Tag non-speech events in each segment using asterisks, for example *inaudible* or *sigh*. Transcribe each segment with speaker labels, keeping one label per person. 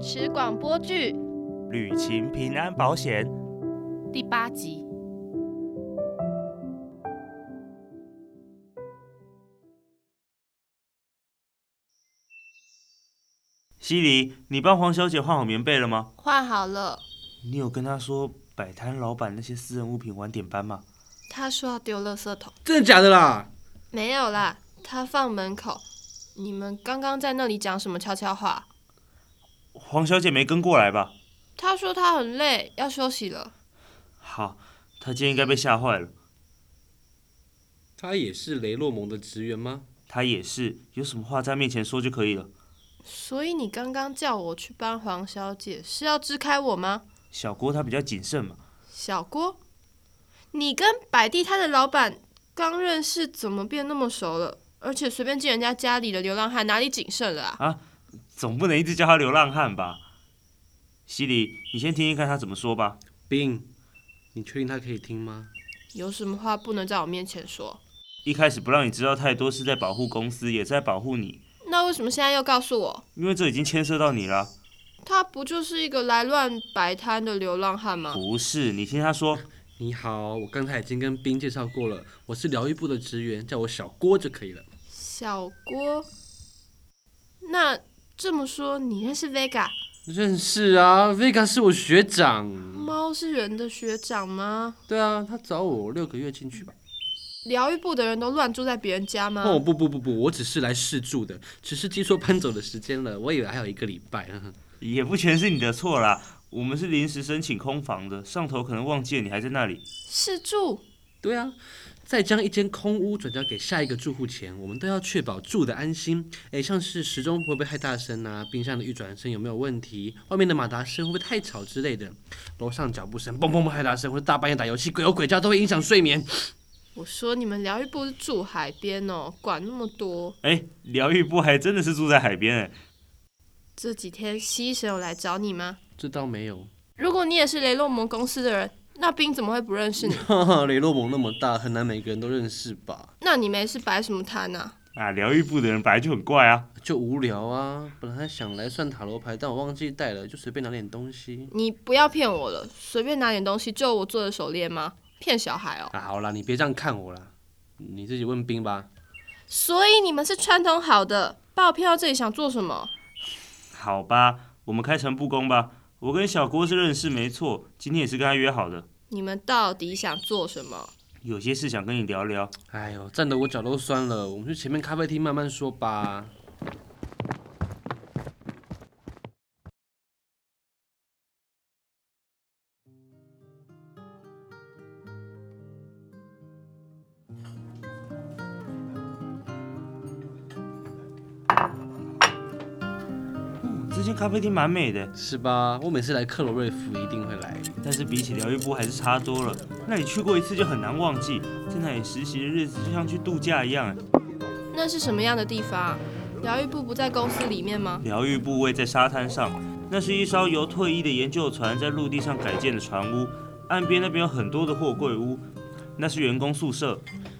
Speaker 1: 吃广播剧
Speaker 2: 旅行平安保险，
Speaker 1: 第八集。
Speaker 2: 西里，你帮黄小姐换好棉被了吗？
Speaker 1: 换好了，
Speaker 2: 你有跟她说摆摊老板那些私人物品晚点搬吗？
Speaker 1: 他说要丢垃圾桶，
Speaker 3: 真的假的啦？
Speaker 1: 没有啦，他放门口。你们刚刚在那里讲什么悄悄话？
Speaker 2: 黄小姐没跟过来吧？
Speaker 1: 他说他很累，要休息了。
Speaker 2: 好，她今天应该被吓坏了。
Speaker 3: 他也是雷洛蒙的职员吗？
Speaker 2: 她也是，有什么话在面前说就可以了。
Speaker 1: 所以你刚刚叫我去帮黄小姐，是要支开我吗？
Speaker 2: 小郭她比较谨慎嘛，
Speaker 1: 小郭，你跟摆地摊的老板刚认识，怎么变那么熟了？而且随便进人家家里的流浪汉，哪里谨慎了啊？
Speaker 2: 总不能一直叫她流浪汉吧？西里，你先听听看她怎么说吧。
Speaker 3: 冰，你确定他可以听吗？
Speaker 1: 有什么话不能在我面前说？
Speaker 2: 一开始不让你知道太多，是在保护公司，也在保护你，
Speaker 1: 那为什么现在又告诉我？
Speaker 2: 因为这已经牵涉到你了。
Speaker 1: 他不就是一个来乱摆摊的流浪汉吗？
Speaker 2: 不是，你听她说，
Speaker 3: 你好，我刚才已经跟冰介绍过了，我是疗愈部的职员，叫我小郭就可以了。
Speaker 1: 小郭，那这么说，你认识 Vega
Speaker 3: 认识啊，Vega 是我学长。
Speaker 1: 猫是人的学长吗？
Speaker 3: 对啊，他找我六个月进去吧。
Speaker 1: 疗愈部的人都乱住在别人家吗？
Speaker 3: 哦不不不不，我只是来试住的，只是记错搬走的时间了，我以为还有一个礼拜。呵呵
Speaker 2: 也不全是你的错啦，我们是临时申请空房的，上头可能忘记了你还在那里。
Speaker 1: 是住
Speaker 3: 对啊，在将一间空屋转交给下一个住户前，我们都要确保住的安心。诶，像是时钟会不会太大声啊？冰箱的预转声有没有问题？外面的马达声会不会太吵之类的？楼上脚步声嘣嘣嘣太大声，或者大半夜打游戏鬼吼哦鬼叫都会影响睡眠。
Speaker 1: 我说你们疗愈部是住海边哦，管那么多。
Speaker 2: 哎，疗愈部还真的是住在海边哎、
Speaker 1: 这几天西医神有来找你吗？
Speaker 3: 这倒没有。
Speaker 1: 如果你也是雷洛蒙公司的人，那冰怎么会不认识你？
Speaker 3: 哈哈，雷洛蒙那么大，很难每个人都认识吧？
Speaker 1: 那你没事摆什么摊啊？
Speaker 2: 啊，疗愈部的人本来就很怪啊。
Speaker 3: 就无聊啊。本来想来算塔罗牌，但我忘记带了，就随便拿点东西。
Speaker 1: 你不要骗我了，随便拿点东西就我做的手链吗？骗小孩哦！
Speaker 3: 啊，好啦，你别这样看我啦，你自己问冰吧。
Speaker 1: 所以你们是串通好的，把我骗到这里想做什么？
Speaker 2: 好吧，我们开诚布公吧。我跟小郭是认识没错，今天也是跟他约好的，
Speaker 1: 你们到底想做什么？
Speaker 2: 有些事想跟你聊聊。
Speaker 3: 哎呦，站得我脚都酸了，我们去前面咖啡厅慢慢说吧。
Speaker 2: 这间咖啡厅蛮美的，
Speaker 3: 是吧？我每次来克罗瑞夫一定会来。
Speaker 2: 但是比起疗愈部还是差多了。那里去过一次就很难忘记，在那里实习的日子就像去度假一样。欸
Speaker 1: 那是什么样的地方啊？疗愈部不在公司里面吗？
Speaker 2: 疗愈部位在沙滩上，那是一艘由退役的研究船在陆地上改建的船屋，岸边那边有很多的货柜屋，那是员工宿舍。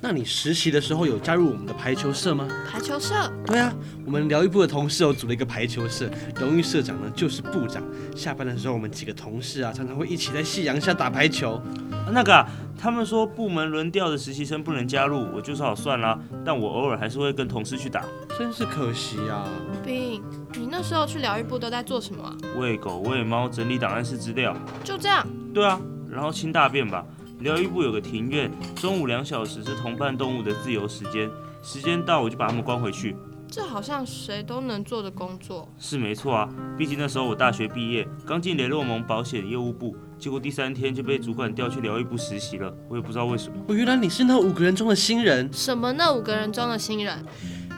Speaker 3: 那你实习的时候有加入我们的排球社吗？
Speaker 1: 排球社。
Speaker 3: 对啊，我们疗愈部的同事有组了一个排球社，荣誉社长呢就是部长。下班的时候，我们几个同事啊常常会一起在夕阳下打排球。
Speaker 2: 啊那个、啊，他们说部门轮调的实习生不能加入，我就只好算啦。但我偶尔还是会跟同事去打，
Speaker 3: 真是可惜啊！
Speaker 1: 冰，你那时候去疗愈部都在做什么啊、
Speaker 2: 喂狗、喂猫、整理档案室资料。
Speaker 1: 就这样，
Speaker 2: 对啊，然后清大便吧。疗愈部有个庭院，中午两小时是同伴动物的自由时间，时间到我就把它们关回去。
Speaker 1: 这好像谁都能做的工作。
Speaker 2: 是没错啊，毕竟那时候我大学毕业，刚进雷洛蒙保险业务部，结果第三天就被主管调去疗愈部实习了，我也不知道为什么。 *laughs*
Speaker 3: 哦，原来你是那五个人中的新人。
Speaker 1: 什么那五个人中的新人？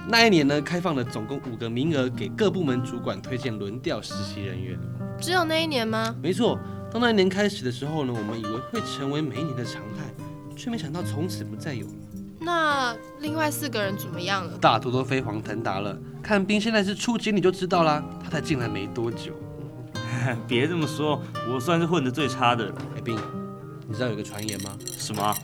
Speaker 3: 那一年呢，开放了总共五个名额给各部门主管推荐轮调实习人员。
Speaker 1: 只有那一年吗？
Speaker 3: 没错，当那一年开始的时候呢，我们以为会成为每一年的常态，却没想到从此不再有了。
Speaker 1: 那另外四个人怎么样了？
Speaker 3: 大多都飞黄腾达了，看冰现在是初级你就知道啦。他才进来没多久。
Speaker 2: 别这么说，我算是混得最差的了。
Speaker 3: 哎，冰，你知道有个传言吗？
Speaker 2: 什么啊？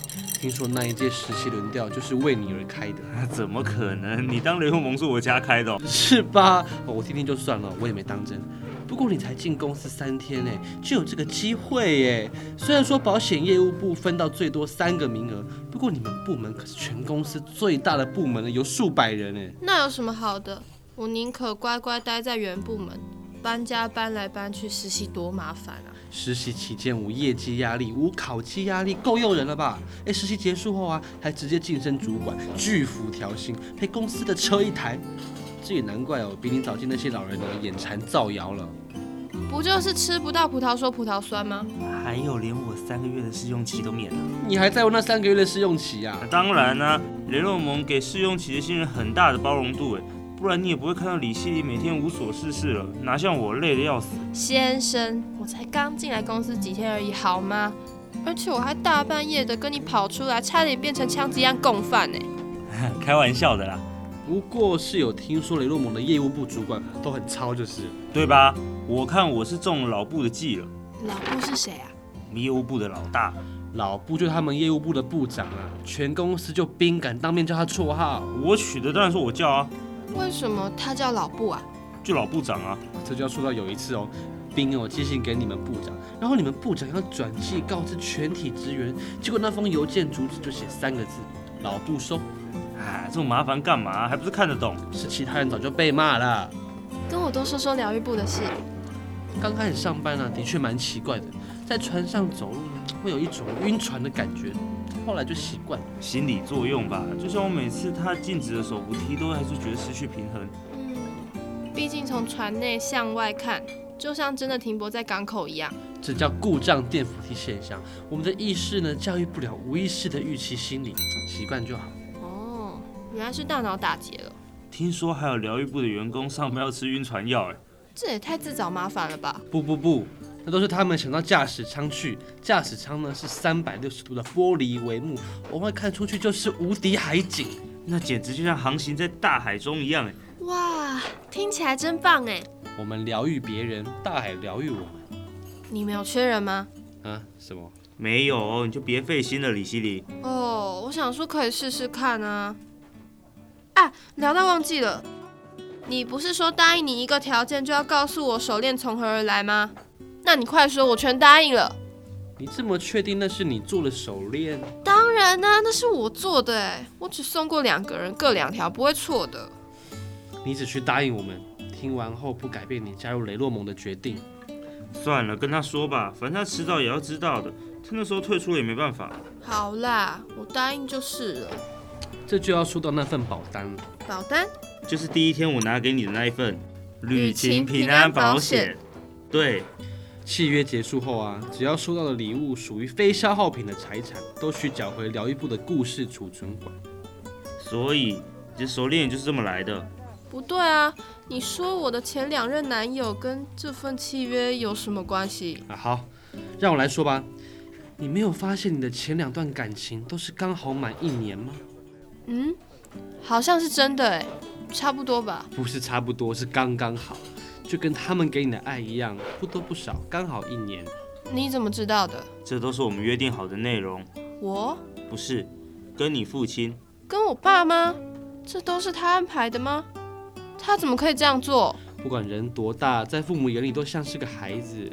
Speaker 3: 听说那一届实习轮调就是为你而开 *laughs* 的，
Speaker 2: 啊怎么可能？你当雷欧蒙是我家开的、哦？
Speaker 3: 是吧？哦我听听就算了，我也没当真。不过你才进公司三天哎，就有这个机会哎。虽然说保险业务部分到最多三个名额，不过你们部门可是全公司最大的部门了，有数百人哎。
Speaker 1: 那有什么好的？我宁可乖乖待在原部门，搬家搬来搬去，实习多麻烦啊！
Speaker 3: 实习期间无业绩压力，无考绩压力，够诱人了吧？哎，实习结束后啊，还直接晋升主管，巨幅调薪，配公司的车一台。这也难怪哦，比你早进那些老人呢，眼馋造谣了。
Speaker 1: 不就是吃不到葡萄说葡萄酸吗？
Speaker 2: 还有连我三个月的试用期都免了。
Speaker 3: 你还在乎那三个月的试用期啊？
Speaker 2: 当然啦、雷洛蒙给试用期的新人很大的包容度，哎，不然你也不会看到李希林每天无所事事了，哪像我累得要死。
Speaker 1: 先生，我才刚进来公司几天而已，好吗？而且我还大半夜的跟你跑出来，差点变成枪击案共犯呢、
Speaker 2: 开玩笑的啦，
Speaker 3: 不过是有听说雷洛蒙的业务部主管都很糙，就是了
Speaker 2: 对吧？我看我是中老布的计了，
Speaker 1: 老布是谁啊？
Speaker 2: 业务部的老大。
Speaker 3: 老布就是他们业务部的部长啊，全公司就冰敢当面叫他绰号，
Speaker 2: 我取的当然是我叫啊，
Speaker 1: 为什么他叫老布啊？
Speaker 2: 就老部长啊。
Speaker 3: 这就要说到有一次哦。冰哦，寄信给你们部长，然后你们部长要转寄告知全体职员，结果那封邮件主旨就写三个字：老布收。
Speaker 2: 哎，这种麻烦干嘛？还不是看得懂？
Speaker 3: 是其他人早就被骂了。
Speaker 1: 跟我多说说疗愈部的事。
Speaker 3: 刚开始上班呢、啊的确蛮奇怪的，在船上走路呢，会有一种晕船的感觉，后来就习惯了。
Speaker 2: 心理作用吧。就像我每次踏静止的手扶梯，都还是觉得失去平衡。
Speaker 1: 嗯，毕竟从船内向外看，就像真的停泊在港口一样。
Speaker 3: 这叫故障电扶梯现象。我们的意识呢，驾驭不了无意识的预期心理，习惯就好。
Speaker 1: 哦，原来是大脑打结了，
Speaker 2: 听说还有疗愈部的员工上班要吃晕船药，哎，
Speaker 1: 这也太自找麻烦了吧？
Speaker 3: 不不不，那都是他们想到驾驶舱去。驾驶舱呢是三百六十度的玻璃帷幕，往外看出去就是无敌海景。
Speaker 2: 那简直就像航行在大海中一样，哎，
Speaker 1: 哇，听起来真棒哎！
Speaker 3: 我们疗愈别人，大海疗愈我们
Speaker 1: 你们有缺人吗？
Speaker 3: 啊？什么？
Speaker 2: 没有，你就别费心了，李希林。
Speaker 1: 哦，我想说可以试试看啊。啊，聊到忘记了，你不是说答应你一个条件就要告诉我手链从何而来吗？那你快说，我全答应了。
Speaker 3: 你这么确定那是你做的手链？
Speaker 1: 当然啦、那是我做的哎，我只送过两个人各两条，不会错的。
Speaker 3: 你只需答应我们，听完后不改变你加入雷洛蒙的决定。
Speaker 2: 算了，跟他说吧，反正他迟早也要知道的。他那时候退出了也没办法。
Speaker 1: 好啦，我答应就是了。
Speaker 3: 这就要说到那份保单了。
Speaker 1: 保单，
Speaker 2: 就是第一天我拿给你的那一份
Speaker 1: 旅行平安保险，
Speaker 2: 对，
Speaker 3: 契约结束后啊，只要收到的礼物属于非消耗品的财产，都需缴回疗愈部的故事储存馆。
Speaker 2: 所以你的熟练就是这么来的。
Speaker 1: 不对啊，你说我的前两任男友跟这份契约有什么关系？
Speaker 3: 啊，好，让我来说吧。你没有发现你的前两段感情都是刚好满一年吗？
Speaker 1: 嗯，好像是真的哎，差不多吧。
Speaker 3: 不是差不多，是刚刚好，就跟他们给你的爱一样，不多不少，刚好一年。
Speaker 1: 你怎么知道的？
Speaker 2: 这都是我们约定好的内容，
Speaker 1: 我
Speaker 2: 不是跟你父亲。
Speaker 1: 跟我爸妈，这都是他安排的吗？他怎么可以这样做？
Speaker 3: 不管人多大，在父母眼里都像是个孩子。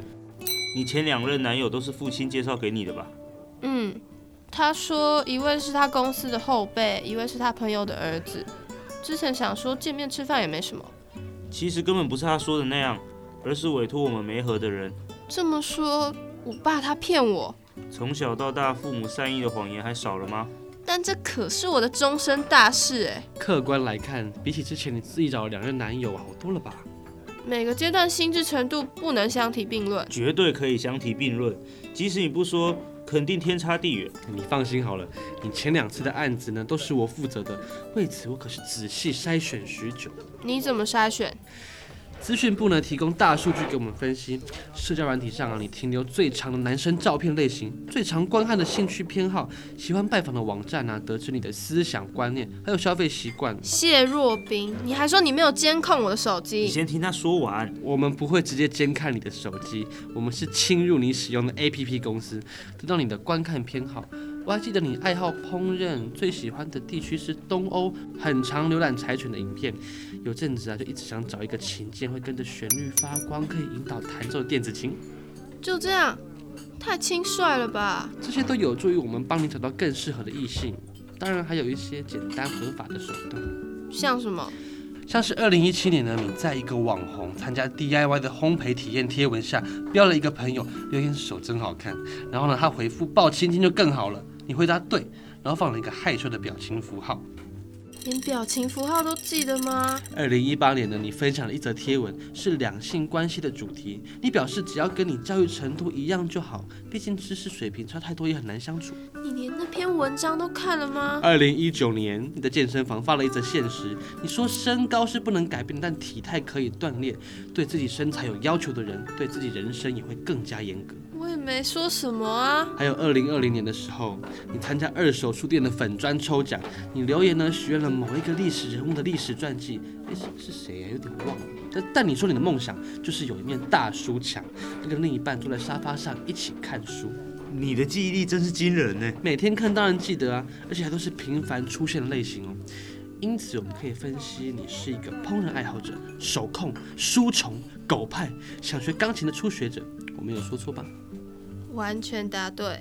Speaker 2: 你前两任男友都是父亲介绍给你的吧？
Speaker 1: 嗯，他说一位是他公司的后辈，一位是他朋友的儿子。之前想说见面吃饭也没什么，
Speaker 2: 其实根本不是他说的那样，而是委托我们媒合的人。
Speaker 1: 这么说，我爸他骗我，
Speaker 2: 从小到大，父母善意的谎言还少了吗？
Speaker 1: 但这可是我的终身大事哎。
Speaker 3: 客观来看，比起之前你自己找的两任男友，好多了吧？
Speaker 1: 每个阶段心智程度不能相提并论。
Speaker 2: 绝对可以相提并论，即使你不说，肯定天差地远。
Speaker 3: 你放心好了，你前两次的案子呢，都是我负责的，为此我可是仔细筛选许久。
Speaker 1: 你怎么筛选？
Speaker 3: 资讯部呢提供大数据给我们分析，社交软体上啊，你停留最长的男生照片类型，最常观看的兴趣偏好，喜欢拜访的网站啊，得知你的思想观念，还有消费习惯。
Speaker 1: 谢若冰，你还说你没有监控我的手
Speaker 2: 你
Speaker 1: 机？
Speaker 2: 先听他说完。
Speaker 3: 我们不会直接监看你的手机，我们是侵入你使用的 APP 公司，得到你的观看偏好。我还记得你爱好烹饪，最喜欢的地区是东欧，很常浏览柴犬的影片。有阵子啊，就一直想找一个琴键会跟着旋律发光，可以引导弹奏的电子琴。
Speaker 1: 就这样，太轻率了吧？
Speaker 3: 这些都有助于我们帮你找到更适合的异性。当然，还有一些简单合法的手段，
Speaker 1: 像什么？
Speaker 3: 像是二零一七年呢，你在一个网红参加 DIY 的烘焙体验贴文下标了一个朋友，留言手真好看，然后呢，他回复抱亲亲就更好了，你回答对，然后放了一个害羞的表情符号。
Speaker 1: 连表情符号都记得吗？
Speaker 3: 二零一八年呢，你分享了一则贴文，是两性关系的主题。你表示只要跟你教育程度一样就好，毕竟知识水平差太多也很难相处。
Speaker 1: 你连那篇文章都看了吗？
Speaker 3: 二零一九年，你在健身房发了一则现实，你说身高是不能改变，但体态可以锻炼。对自己身材有要求的人，对自己人生也会更加严格。
Speaker 1: 我也没说什么啊。
Speaker 3: 还有二零二零年的时候，你参加二手书店的粉砖抽奖，你留言呢许愿了某一个历史人物的历史传记，哎是是谁呀、有点忘了。但但你说你的梦想就是有一面大书墙，你跟另一半坐在沙发上一起看书，
Speaker 4: 你的记忆力真是惊人呢。
Speaker 3: 每天看当然记得啊，而且还都是频繁出现的类型哦。因此，我们可以分析你是一个烹饪爱好者、手控、书虫、狗派，想学钢琴的初学者。我没有说错吧？
Speaker 1: 完全答对，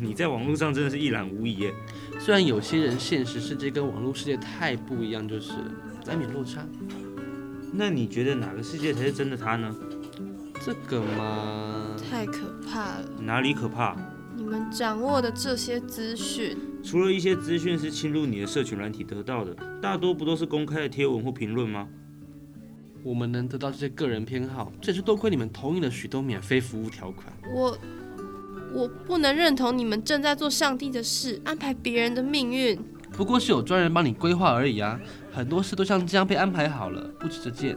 Speaker 2: 你在网络上真的是一览无遗耶。
Speaker 3: 虽然有些人现实世界跟网络世界太不一样，就是了难免落差。
Speaker 2: 那你觉得哪个世界才是真的他呢？
Speaker 3: 这个嘛，
Speaker 1: 太可怕了！
Speaker 2: 哪里可怕？
Speaker 1: 你们掌握的这些资讯，
Speaker 2: 除了一些资讯是侵入你的社群软体得到的，大多不都是公开的贴文或评论吗？
Speaker 3: 我们能得到这些个人偏好，这也是多亏你们同意了许多免费服务条款。
Speaker 1: 我我不能认同你们正在做上帝的事，安排别人的命运。
Speaker 3: 不过是有专人帮你规划而已啊，很多事都像这样被安排好了，不值得见。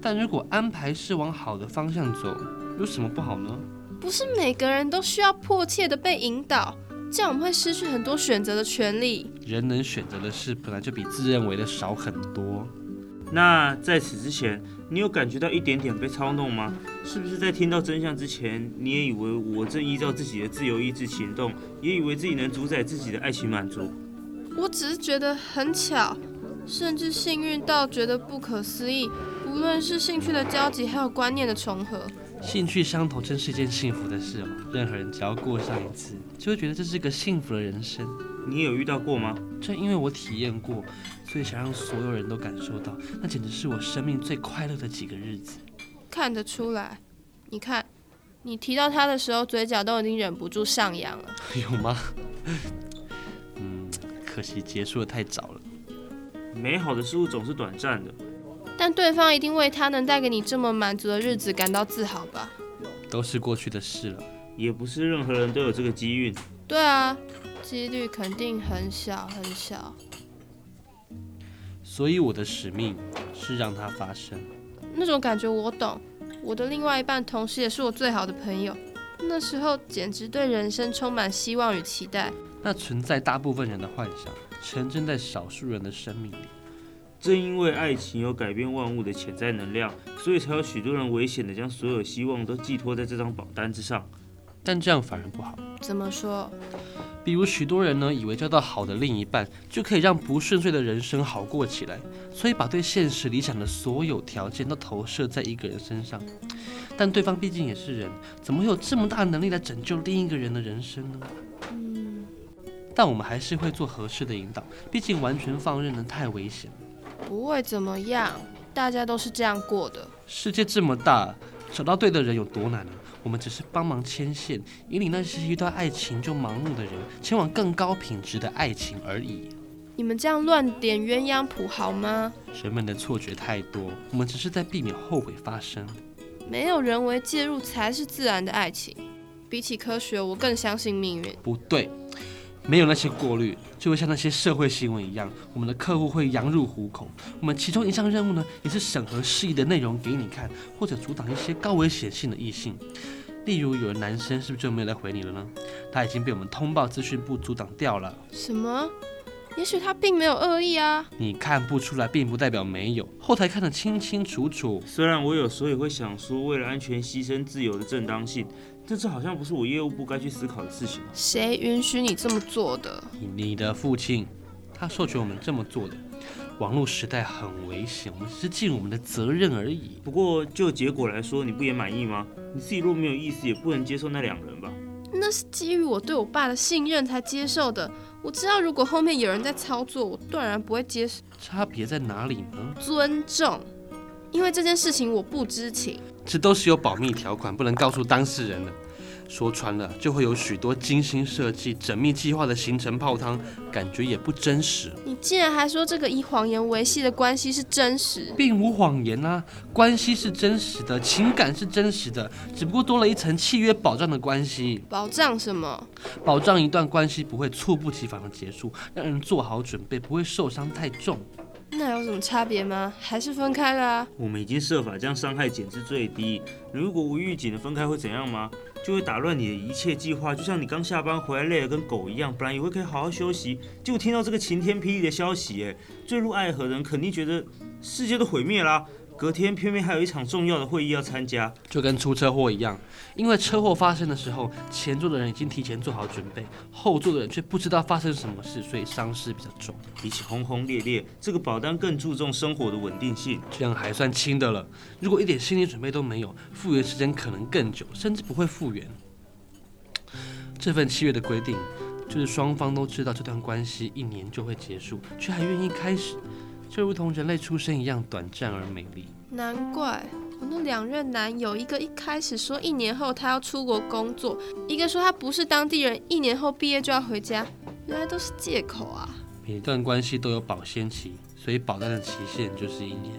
Speaker 3: 但如果安排是往好的方向走，有什么不好呢？
Speaker 1: 不是每个人都需要迫切的被引导，这样我们会失去很多选择的权利。
Speaker 3: 人能选择的事本来就比自认为的少很多。
Speaker 2: 那在此之前，你有感觉到一点点被操弄吗？是不是在听到真相之前，你也以为我正依照自己的自由意志行动，也以为自己能主宰自己的爱情满足？
Speaker 1: 我只是觉得很巧，甚至幸运到觉得不可思议。无论是兴趣的交集，还有观念的重合，
Speaker 3: 兴趣相投真是一件幸福的事哦。任何人只要过上一次，就会觉得这是个幸福的人生。
Speaker 2: 你也有遇到过吗？
Speaker 3: 正因为我体验过，所以想让所有人都感受到，那简直是我生命最快乐的几个日子。
Speaker 1: 看得出来。你看，你提到他的时候，嘴角都已经忍不住上扬了。
Speaker 3: 有吗？哎嗯，可惜结束的太早了。
Speaker 2: 美好的事物总是短暂的，
Speaker 1: 但对方一定为他能带给你这么满足的日子感到自豪吧？
Speaker 3: 都是过去的事了。
Speaker 2: 也不是任何人都有这个机运。
Speaker 1: 对啊，几率肯定很小很小。
Speaker 3: 所以我的使命是让它发生。
Speaker 1: 那种感觉我懂。我的另外一半同时也是我最好的朋友，那时候简直对人生充满希望与期待。
Speaker 3: 那存在大部分人的幻想，成真在少数人的生命里。
Speaker 2: 正因为爱情有改变万物的潜在能量，所以才有许多人危险的将所有希望都寄托在这张保单之上。
Speaker 3: 但这样反而不好。
Speaker 1: 怎么说？
Speaker 3: 比如许多人呢，以为交到好的另一半就可以让不顺遂的人生好过起来，所以把对现实理想的所有条件都投射在一个人身上。但对方毕竟也是人，怎么会有这么大的能力来拯救另一个人的人生呢？
Speaker 1: 嗯
Speaker 3: 但我们还是会做合适的引导，毕竟完全放任呢太危险了。
Speaker 1: 不会怎么样，大家都是这样过的。
Speaker 3: 世界这么大，找到对的人有多难呢？我们只是帮忙牵线，引领那些遇到爱情就盲目的人前往更高品质的爱情而已。
Speaker 1: 你们这样乱点鸳鸯谱好吗？
Speaker 3: 人们的错觉太多，我们只是在避免后悔发生。
Speaker 1: 没有人为介入才是自然的爱情。比起科学，我更相信命运。
Speaker 3: 不对，没有那些过滤，就会像那些社会新闻一样，我们的客户会羊入虎口。我们其中一项任务呢，也是审核适宜的内容给你看，或者阻挡一些高危险性的异性。例如，有的男生是不是就没有来回你了呢？他已经被我们通报资讯部阻挡掉了。
Speaker 1: 什么？也许他并没有恶意啊。
Speaker 3: 你看不出来，并不代表没有，后台看得清清楚楚。
Speaker 2: 虽然我有时候也会想说，为了安全牺牲自由的正当性，但这好像不是我业务部该去思考的事情啊。
Speaker 1: 谁允许你这么做的？
Speaker 3: 你你的父亲，他授权我们这么做的。网络时代很危险，我们只是尽我们的责任而已。
Speaker 2: 不过就结果来说，你不也满意吗？你自己若没有意思，也不能接受那两人吧？
Speaker 1: 那是基于我对我爸的信任才接受的。我知道如果后面有人在操作，我断然不会接受
Speaker 3: 差别在哪里呢？
Speaker 1: 尊重，因为这件事情我不知情。
Speaker 3: 这都是有保密条款，不能告诉当事人的。说穿了，就会有许多精心设计、缜密计划的行程泡汤，感觉也不真实，
Speaker 1: 你竟然还说这个以谎言维系的关系是真实？
Speaker 3: 并无谎言啊。关系是真实的，情感是真实的，只不过多了一层契约保障的关系，
Speaker 1: 保障什么？
Speaker 3: 保障一段关系不会猝不及防的结束，让人做好准备，不会受伤太重。
Speaker 1: 那有什么差别吗？还是分开了啊？
Speaker 2: 我们已经设法将伤害减至最低。如果无预警的分开会怎样吗？就会打乱你的一切计划，就像你刚下班回来累得跟狗一样，本来以为可以好好休息，结果听到这个晴天霹雳的消息，哎，坠入爱河的人肯定觉得世界都毁灭啦。隔天偏偏还有一场重要的会议要参加，
Speaker 3: 就跟出车祸一样，因为车祸发生的时候，前座的人已经提前做好准备，后座的人却不知道发生什么事，所以伤势比较重。
Speaker 2: 比起轰轰烈烈，这个保单更注重生活的稳定性。
Speaker 3: 这样还算轻的了。如果一点心理准备都没有，复原时间可能更久，甚至不会复原。这份契约的规定，就是双方都知道这段关系一年就会结束，却还愿意开始，就如同人类出生一样短暂而美丽。
Speaker 1: 难怪我那两任男友，一个一开始说一年后他要出国工作，一个说他不是当地人，一年后毕业就要回家，原来都是借口啊！
Speaker 3: 每段关系都有保鲜期，所以保单的期限就是一年。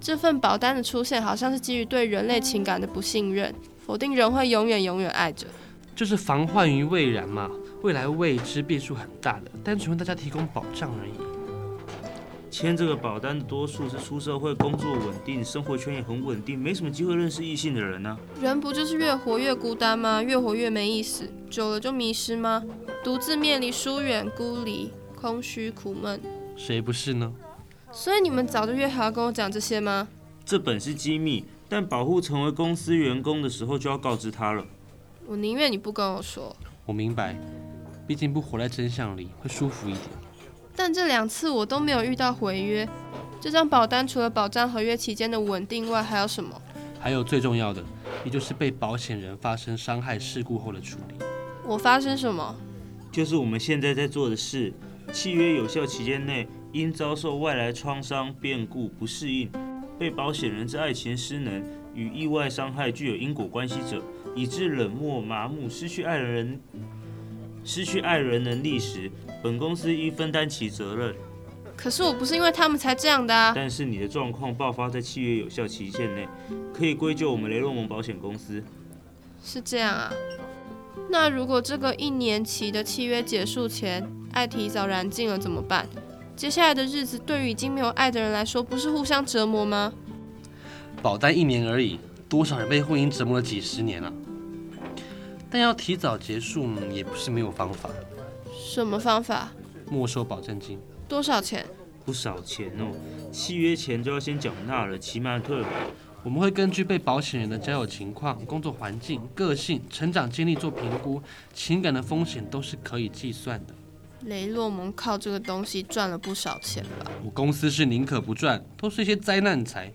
Speaker 1: 这份保单的出现好像是基于对人类情感的不信任，否定人会永远永远爱着。
Speaker 3: 就是防患于未然嘛，未来未知变数很大的，单纯为大家提供保障而已。
Speaker 2: 签这个保单的多数是出社会、工作稳定、生活圈也很稳定，没什么机会认识异性的人呢、
Speaker 1: 人不就是越活越孤单吗？越活越没意思，久了就迷失吗？独自面临疏远、孤立、空虚、苦闷。
Speaker 3: 谁不是呢？
Speaker 1: 所以你们早就约好要跟我讲这些吗？
Speaker 2: 这本是机密，但保护成为公司员工的时候就要告知他了。
Speaker 1: 我宁愿你不跟我说。
Speaker 3: 我明白，毕竟不活在真相里会舒服一点。
Speaker 1: 但这两次我都没有遇到违约。这张保单除了保障合约期间的稳定外，还有什么？
Speaker 3: 还有最重要的，也就是被保险人发生伤害事故后的处理。
Speaker 1: 我发生什么？
Speaker 2: 就是我们现在在做的事。契约有效期间内，因遭受外来创伤、变故、不适应，被保险人之爱情失能与意外伤害具有因果关系者，以致冷漠、麻木、失去爱人、失去爱人能力时，本公司应分担其责任。
Speaker 1: 可是我不是因为他们才这样的啊！
Speaker 2: 但是你的状况爆发在契约有效期限内，可以归咎我们雷洛蒙保险公司。
Speaker 1: 是这样啊。那如果这个一年期的契约结束前，爱提早燃尽了怎么办？接下来的日子对于已经没有爱的人来说，不是互相折磨吗？
Speaker 3: 保单一年而已，多少人被婚姻折磨了几十年啊！但要提早结束嗯也不是没有方法，
Speaker 1: 什么方法？
Speaker 3: 没收保证金。
Speaker 1: 多少钱？
Speaker 2: 不少钱哦，契约前就要先缴纳了，起码退还。
Speaker 3: 我们会根据被保险人的交友情况、工作环境、个性、成长经历做评估，情感的风险都是可以计算的。
Speaker 1: 雷洛蒙靠这个东西赚了不少钱吧？
Speaker 3: 我公司是宁可不赚，都是一些灾难财。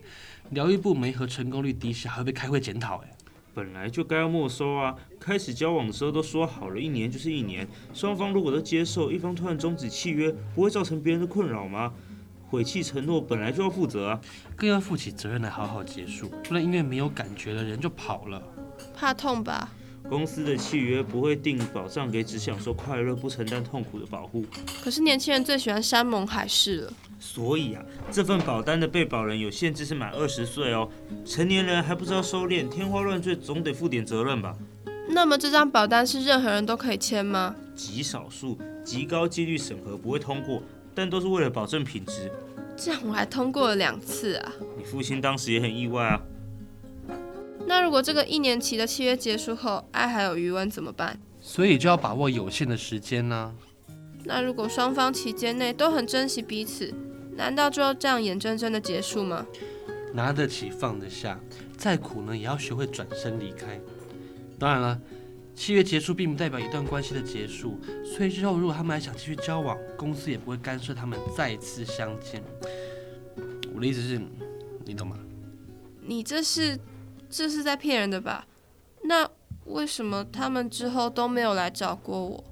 Speaker 3: 疗愈部没和成功率低下，还会被开会检讨。哎，
Speaker 2: 本来就该要没收啊！开始交往的时候都说好了，一年就是一年，双方如果都接受，一方突然终止契约，不会造成别人的困扰吗？毁弃承诺本来就要负责啊！
Speaker 3: 更要负起责任来好好结束，不然因为没有感觉了，人就跑了。
Speaker 1: 怕痛吧？
Speaker 2: 公司的契约不会定保障给只享受快乐不承担痛苦的保护，
Speaker 1: 可是年轻人最喜欢山盟海誓了。
Speaker 2: 所以啊，这份保单的被保人有限制是满二十岁哦，成年人还不知道收敛，天花乱坠总得负点责任吧？
Speaker 1: 那么这张保单是任何人都可以签吗？
Speaker 2: 极少数，极高几率审核不会通过，但都是为了保证品质。
Speaker 1: 这样我还通过了两次啊。
Speaker 2: 你父亲当时也很意外啊。
Speaker 1: 那如果这个一年期的契约结束后，爱还有余温怎么办？
Speaker 3: 所以就要把握有限的时间啦、
Speaker 1: 那如果双方期间内都很珍惜彼此，难道就要这样眼睁睁的结束吗？
Speaker 3: 拿得起放得下，再苦呢也要学会转身离开。当然了，契约结束并不代表一段关系的结束，所以日后如果他们还想继续交往，公司也不会干涉他们再次相见。我的意思是，你懂吗？
Speaker 1: 你这是这是在骗人的吧？那为什么他们之后都没有来找过我？